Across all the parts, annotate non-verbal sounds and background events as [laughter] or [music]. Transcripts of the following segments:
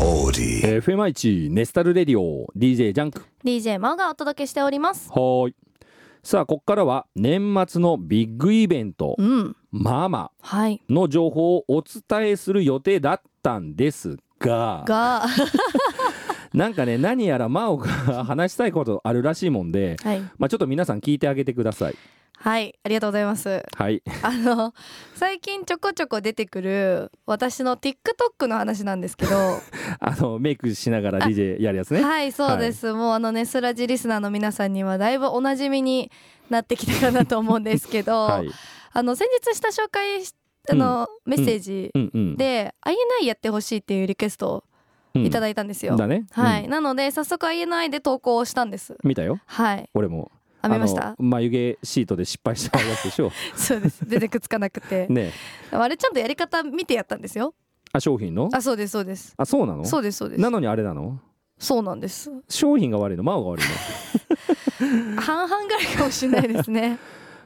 オーディ FM1 ネスタルレディオ DJ ジャンク DJ マオがお届けしておりますはーいさあここからは年末のビッグイベントうんママ [laughs] はいの情報をお伝えする予定だったんですががなんかね何やら真央が [laughs] 話したいことあるらしいもんで、はいまあ、ちょっと皆さん聞いてあげてくださいはいありがとうございますはいあの最近ちょこちょこ出てくる私の TikTok の話なんですけ [laughs] どあのメイクしながら DJ やるやつねはいそうです、もうあのねスラジリスナーの皆さんにはだいぶおなじみになってきたかなと思うんですけど、 [laughs] はいあの先日した紹介しあの、メッセージうんうんで「INI やってほしい」っていうリクエストうをんいただいたんですよ、だね、はい、うんなので早速 INI で投稿をしたんです見たよはい俺も編みましたあの眉毛シートで失敗したやつでしょ [laughs] そうです全然くっつかなくて、ねえあれちゃんとやり方見てやったんですよあ商品のあそうですそうですあそうなのそうですそうですなのにあれなのそうなんです商品が悪いのマオが悪 [laughs] いの半々ぐらいかもしれないで [laughs] すね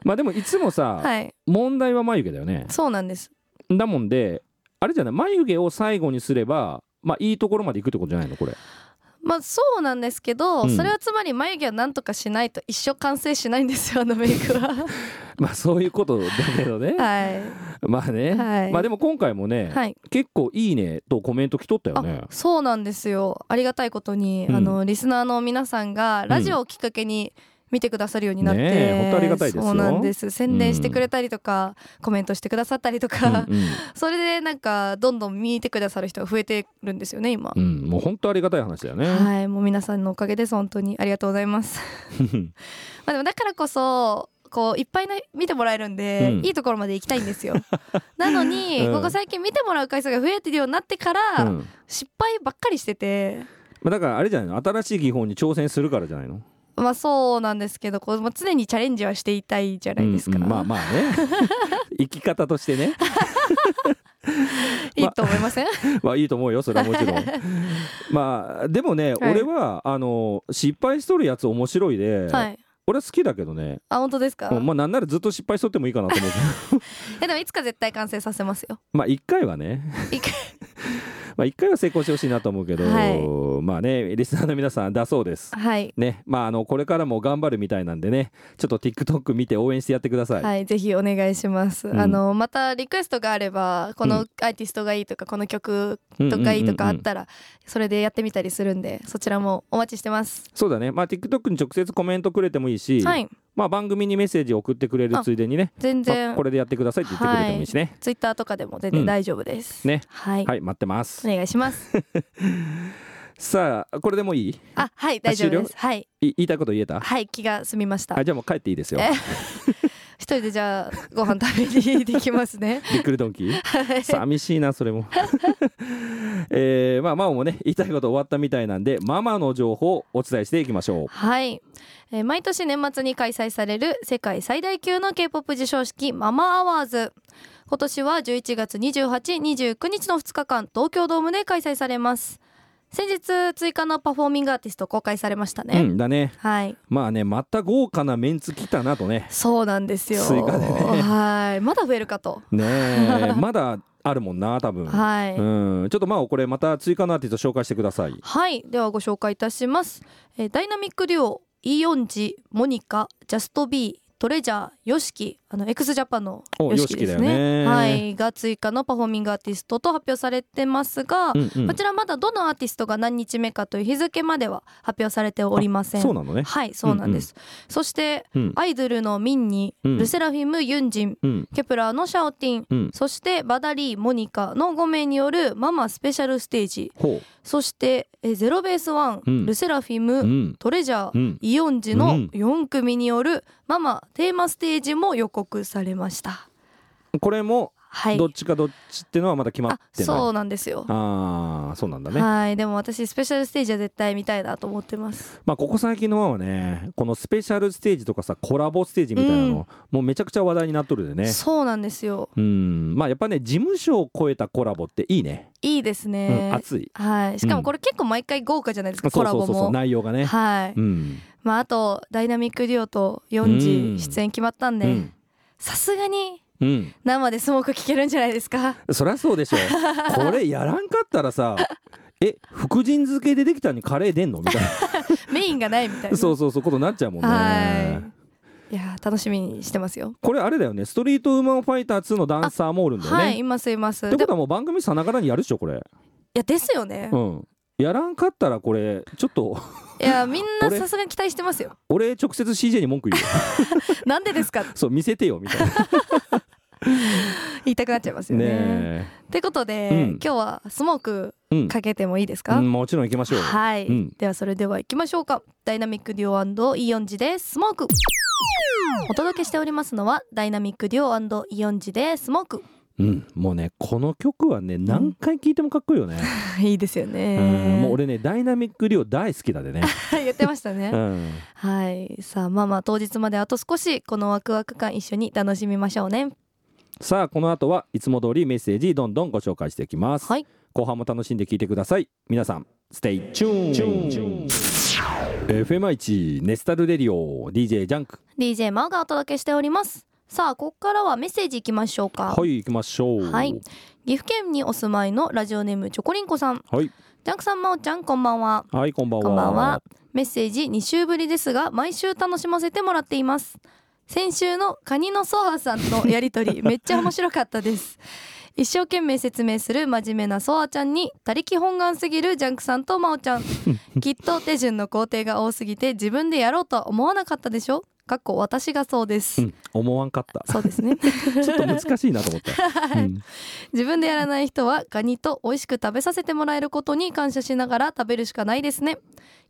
まあでもいつもさ、はい問題は眉毛だよねそうなんですだもんであれじゃない眉毛を最後にすればまあいいところまでいくってことじゃないのこれ [laughs] まあそうなんですけど、うんそれはつまり眉毛はなんとかしないと一生完成しないんですよあのメイク [laughs] はまあそういうことだけど [laughs] ねはまあね、はいまあでも今回もね、いはい結構いいねとコメント来とったよねあそうなんですよありがたいことに、うんあのリスナーの皆さんがラジオをきっかけに見てくださるようになって、ねえ本当ありがたいですよそうなんです宣伝してくれたりとか、コメントしてくださったりとか、うんそれでなんかどんどん見てくださる人が増えてるんですよね今、うん、うん、もう本当ありがたい話だよね、はいもう皆さんのおかげです本当にありがとうございます [laughs] まあでもだからこそこういっぱいな見てもらえるんで、うんいいところまで行きたいん [laughs] ですよなのに、うんここ最近見てもらう回数が増えてるようになってから、うん失敗ばっかりしててまあ、だからあれじゃないの新しい技法に挑戦するからじゃないのまあそうなんですけどこう、まあ、常にチャレンジはしていたいじゃないですか、うんうんまあまあ [laughs] ね生き方としてねいいと思い [laughs] ません、まあいいと思うよそれはもちろ [laughs] んまあでもね、はい俺はあの失敗しとるやつ面白いで、はい俺は好きだけどねあ本当ですか、もうまあなんならずっと失敗しとってもいいかなと [laughs] 思うけどいやでもいつか絶対完成させますよまあ一回はね一回 [laughs] まあ一回は成功してほしいなと思うけど、はまあねリスナーの皆さんだそうですはいねまああのこれからも頑張るみたいなんでねちょっと TikTok 見て応援してやってください、はい、ぜひお願いします、うんあのまたリクエストがあればこうのアーティストがいいとかこの曲うんうんうんとうんかいいとかあったらそれでやってみたりするんでそちらもお待ちしてますそうだねまあ TikTok に直接コメントくれてもいいし、はいまあ番組にメッセージ送ってくれるついでにね全ま然あ、これでやってくださいって言ってくれてもいいしねツイッターとかでも全うん然大丈夫です、ねはい、はい、待ってますお願いしますさあこれでもういいあはい大丈夫ですはいい言いたいこと言えたはい気が済みましたあじゃあもう帰っていいですよえ一人でじゃあご飯食べにできま [laughs] すねびっくりドンキー [laughs] はい寂しいなそれも [laughs] えー、まあマオもね言いたいこと終わったみたいなんでママの情報をお伝えしていきましょうはい、えー毎年年末に開催される世界最大級の K-POP 授賞式ママアワーズ今年は11月28、29日の2日間東京ドームで開催されます先日追加のパフォーミングアーティスト公開されましたね、うんだねはいまあねまた豪華なメンツ来たなとねそうなんですよ追加でねはいまだ増えるかと、ね [laughs] えまだあるもんな多分はい、うんちょっとマオこれまた追加のアーティスト紹介してくださいはいではご紹介いたします、えーダイナミックデュオイ・ヨンジモニカジャスト・ビートレジャーヨシキあの x ジャパンのおヨシキですヨシキだよねねはいが追加のパフォーミングアーティストと発表されてますが、うんうんこちらまだどのアーティストが何日目かという日付までは発表されておりませんそうなのねはいそうなんです、そしてうんアイドルのミンニ、うんルセラフィム・ユンジンうんケプラーのシャオティンうんそしてバダリー・モニカの5名によるママスペシャルステージほそしてえーゼロベースワン、うんルセラフィうム、うんトレジャー、うんイオンジうのん4組によるママテーマステージも予告されました。これもはいど。っちかどっちってのはまだ決まっあ、てないそうなんですよ。ああそうなんだね、はい。でも私スペシャルステージは絶対見たいなと思ってます。まあここ最近のはねこのスペシャルステージとかさコラボステージみたいなの、うんもうめちゃくちゃ話題になっとるでねそうなんですよ。うんまあやっぱね事務所を超えたコラボっていいね、いいですうん、ね。熱いはい。しかもこれ結構毎回豪華じゃないですか。そコうラそうボそうそうも。内容がね、はい。うん、まああとダイナミックデュオとヨンジ出演決まったんうで、んさすがにうん生でスモーク聞けるんじゃないですか。 [laughs] そりゃそうでしょこれやらんかったらさえ福神漬けでできたのにカレー出んのみたいメインがないみたいななそうそうそうことになっちゃうもんねはいいやー楽しみにしてますよこれあれだよねストリートウーマンファイター2のダンサーもおるんだよね、はいいますいますってでこいとはもう番組さながらにやるでしょこれ、やですよねうん、やらんかったらこれちょっと [laughs] いやみんな俺さすがに期待してますよ俺直接 CJ に文句言う [laughs] よなんでですかそう見せてよみたいなね言いたくなっちゃいますよねえってことで、うん今日はスモークうんかけてもいいですか、うん、もちろん行きましょうはい、うんではそれでは行きましょうかダイナミックデュオイオンジでスモークお届けしておりますのはダイナミックデュオイオンジでスモークうん、もうねこの曲はね何回聴いてもかっ [laughs] こいいよね、いいですようんね [laughs] もう俺ねダイナミックリオ大好きだでね、言ってましたね、うん、はいさあママ当日まであと少しこのワクワク感一緒に楽しみましょうねさあこの後はいつも通りメッセージどんどんご紹介していきます、はい後半も楽しんで聴いてください皆さんステイチューン FM1 ネスタルレディオ DJ ジャンク DJ マオがお届けしておりますさあここからはメッセージいきましょうか、はい行きましょうはい岐阜県にお住まいのラジオネームチョコリンコさんはい、ジャンクさんマオちゃんこんばんははい、こんばんはこんばんはメッセージ2週ぶりですが毎週楽しませてもらっています先週のカニのソハさんとのやりと [laughs] りめっちゃ面白かったです一生懸命説明する真面目なソハちゃんに他力本願すぎるジャンクさんとマ [laughs] オちゃんきっと手順の工程が多すぎて自分でやろうとは思わなかったでしょかっこ私がそうでうすん、思わんかったそうですねちょっと難しいなと思 [laughs] った、うん自分でやらない人はカニと美味しく食べさせてもらえることに感謝しながら食べるしかないですね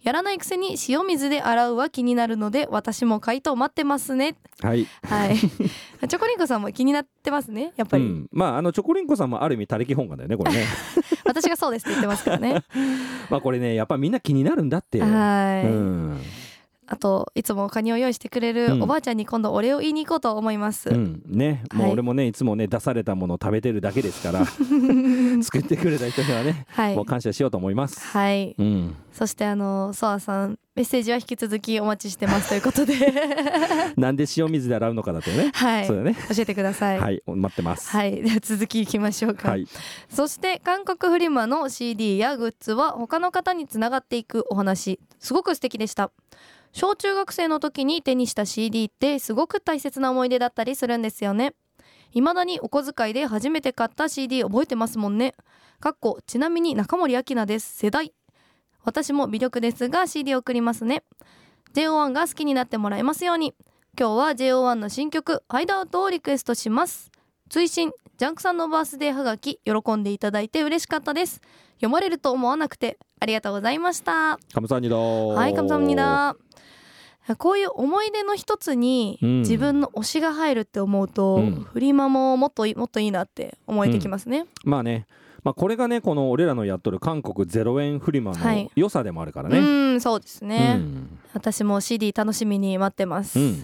やらないくせに塩水で洗うは気になるので私も回答待ってますねはい、はい [laughs] チョコリンコさんも気になってますねやっぱうり、ん、まああのチョコリンコさんもある意味他力本願だよねこれ [laughs] ね私がそうですって言ってますか [laughs] らねまあこれねやっぱみんな気になるんだってはい、うんあといつもカニを用意してくれうんるおばあちゃんに今度お礼を言いに行こうと思います、うん、ね、もはうい俺もねいつもね出されたものを食べてるだけです [laughs] から作ってくれた人にはね、はいもう感謝しようと思います、はいうん、そしてあのソアさんメッセージは引き続きお待ちしてますとい [laughs] うことでなんで塩水で洗うのかだってね、はいそう教だねえてくださはいい、待ってますはい、はい、では続きいきましょうか、そして韓国フリマの CD やグッズは他の方につながっていくお話すごく素敵でした小中学生の時に手にした CD ってすごく大切な思い出だったりするんですよね未だにお小遣いで初めて買った CD 覚えてますもんねかっこちなみに中森明菜です世代私も微力ですが CD 送りますね JO1 が好きになってもらえますように今日は JO1 の新曲「ハイドアウト」をリクエストします追伸ジャンクさんのバースデーはがき喜んでいただいて嬉しかったです読まれると思わなくてありがとうございましたカムサハニダははい 감사합니다こういう思い出の一つにうん自分の推しが入るって思うと、うんフリマももっといいもっといいなって思えてきますね、まあねまあこれがねこの俺らのやっとる韓国ゼロ円フリマはいの良さでもあるからうね、ん、そうですね、うん私も CD 楽しみに待ってます、うん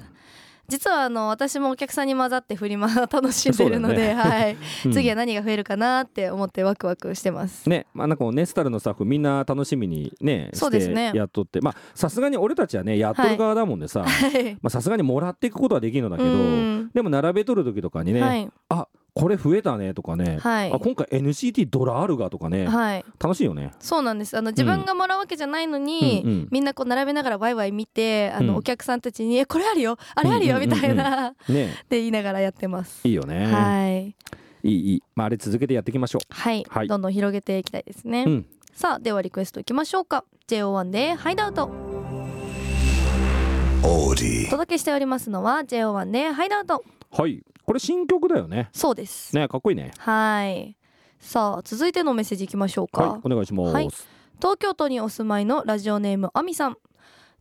実はあの私もお客さんに混ざってフリマ楽しんでるので、そうだはいうん次は何が増えるかなって思ってワクワクしてます、ね、まあ、なんかこうネスタルのスタッフみんな楽しみにねそうしですねてやっとってまあさすがに俺たちはねやっとる側だもんでさ、はいまあさすがにもらっていくことはできるんだけど、うんでも並べとる時とかにね、はいあこれ増えたねとかね、はいあ今回 NCT ドラあるがとかね、はい楽しいよね。そうなんですあの自分がもらうわけじゃないのに、うんうんみんなこう並べながらワイワイ見てあの、うんお客さんたちに「えこれあるよあれあるよ」うんうんみうんうんたいな、 [laughs] ってね言いながらやってます。いいよね、はい、い、いいいまああれ続けてやっていきましょはいはいどんどん広げていきたいですね、う。うん、さあではリクエストいきましょうか JO1 で「ハイダウト」お Audi. 届けしておりますのは JO1 で「ハイダウトはいこれ新曲だよね」。そうです、ねかっこいいね。はいさあ続いてのメッセージいきましょうか、はいお願いします。ははいい、東京都にお住まいのラジオネームあみさん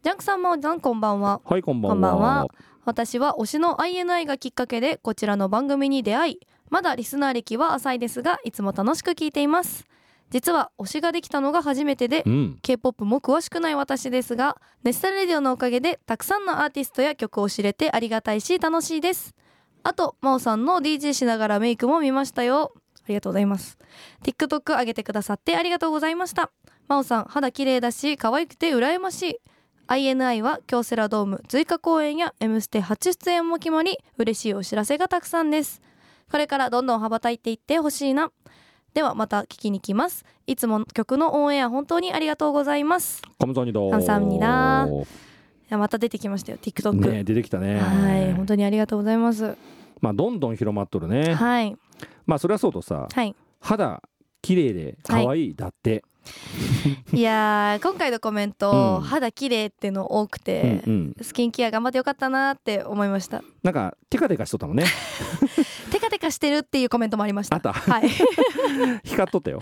ジャンクさんもジャンこんばんはこんばんは。こんばんは私は推しの INI がきっかけでこちらの番組に出会いまだリスナー歴は浅いですがいつも楽しく聞いています実は推しができたのが初めてでうん、 K-POP も詳しくない私ですがネスタレディオのおかげでたくさんのアーティストや曲を知れてありがたいし楽しいですあと真央さんの DJ しながらメイクも見ましたよありがとうございます TikTok 上げてくださってありがとうございました真央さん肌綺麗だし可愛くて羨ましい INI は京セラドーム追加公演や「M ステ」初出演も決まり嬉しいお知らせがたくさんですこれからどんどん羽ばたいていってほしいなではまた聞きに来ますいつもの曲のオンエア本当にありがとうございますい 감사합니다. 감사합니다.やまた出てきましたよ TikTok、ね出てきたね。はい本当にありがとうございますまあどんどん広まっとるね。はいまあそれはそうとさ、はい肌綺麗で可愛いだって。いやー今回のコメント、うん肌綺麗っていうの多くて、うんうん。スキンケア頑張ってよかったなって思いましたなんかテカテカしとったもん [laughs] ね。テカテカしてるっていうコメントもありましあたった。はい [laughs] 光っとったよ。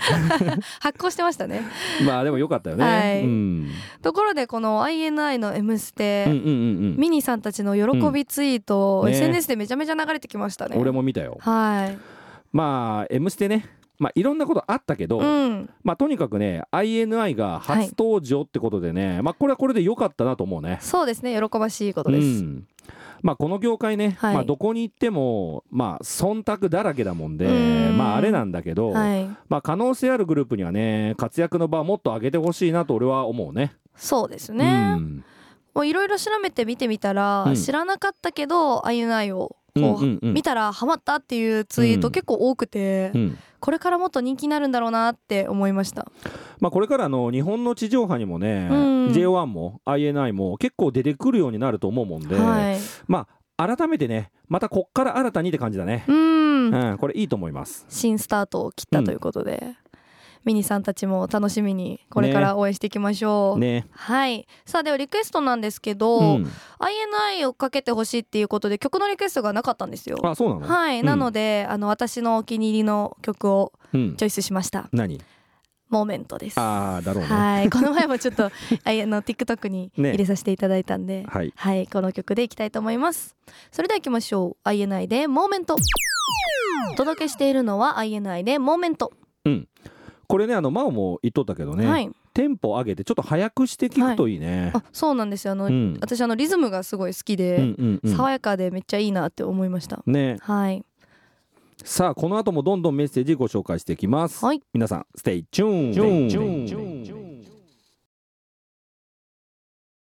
発行してましたねまあでもよかったよはね。いうん。ところでこの INI の「M ステ」うんうんうんミニさんたちの喜びツイート、うんね SNS でめちゃめちゃ流れてきましたうねん。俺も見たよ。はいまあ M ステね。まあいろんなことあったけど、うんまあとにかくね INI が初登場ってことでね、まあこれはこれで良かったなと思うね。そうですね喜ばしいことです、んまあ、この業界ね、はいまあ、どこに行っても、まあ、忖度だらけだもんでうんまあ、あれなんだけど、はいまあ、可能性あるグループにはね活躍の場をもっと上げてほしいなと俺は思うね。そうですうね、んもういろいろ調べて見てみたら、うん知らなかったけど INI をうんこう、うんうん見たらハマったっていうツイーうトん結構多くて、うんこれからもっと人気になるんだろうなって思いましたまあ、これからあの日本の地上波にもね、うん J1 も INI も結構出てくるようになると思うもんで、はいまあ、改めてねまたこっから新たにって感じだね、うん、うんこれいいと思います。新スタートを切ったということで、ミニさんたちも楽しみにこれから応援していきましょう、ねはいさあではリクエストなんですけど、うん INI をかけてほしいっていうことで曲のリクエストがなかったんですよあそうなの、はい、うんなのであの私のお気に入りの曲をうんチョイスしました何「モーメント」ですああだろうね。はいこの前も [laughs] ちょっとああの TikTok にね入れさせていただいたんで、はいはいこの曲でいきたいと思いますそれでは行きましょう INI で「モーメント」お届けしているのは INI で「モーメントこれねあの真央も言っとったけど」ね、はいテンポ上げてちょっと早くして聞くといいね。あそうなんですよあの、うん私あのリズムがすごい好きうんで、うんうん爽やかでめっちゃいいなって思いましたね、はいさあこの後もどんどんメッセージご紹介していきます、はい皆さんステイチューン